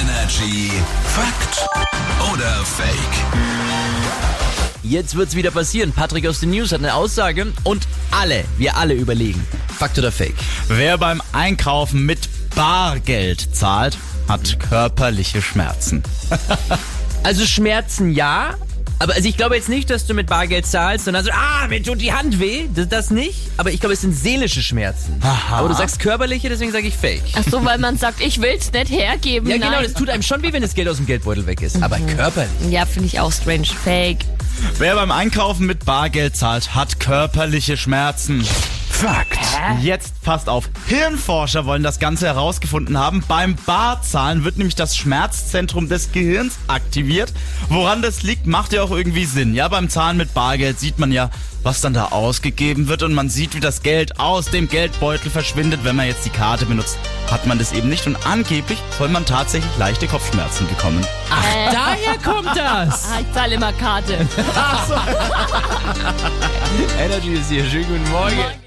Energy Fakt oder Fake? Jetzt wird's wieder passieren. Patrick aus den News hat eine Aussage und alle, wir alle überlegen. Fakt oder Fake? Wer beim Einkaufen mit Bargeld zahlt, hat körperliche Schmerzen. Also Schmerzen ja, aber also ich glaube jetzt nicht, dass du mit Bargeld zahlst und dann so, ah, mir tut die Hand weh, das, das nicht. Aber ich glaube, es sind seelische Schmerzen. Aha. Aber du sagst körperliche, deswegen sage ich Fake. Ach so, weil man sagt, ich will's nicht hergeben. Ja genau, nein. das tut einem schon weh, wenn das Geld aus dem Geldbeutel weg ist. Aber körperlich. Ja, finde ich auch strange. Fake. Wer beim Einkaufen mit Bargeld zahlt, hat körperliche Schmerzen. Fakt. Jetzt passt auf. Hirnforscher wollen das Ganze herausgefunden haben. Beim Barzahlen wird nämlich das Schmerzzentrum des Gehirns aktiviert. Woran das liegt, macht ja auch irgendwie Sinn. Ja, beim Zahlen mit Bargeld sieht man ja, was dann da ausgegeben wird und man sieht, wie das Geld aus dem Geldbeutel verschwindet. Wenn man jetzt die Karte benutzt, hat man das eben nicht und angeblich soll man tatsächlich leichte Kopfschmerzen bekommen. Daher Ah kommt das. Ah, Äh, ich zahle immer Karte. Energy ist hier. Schönen guten Morgen.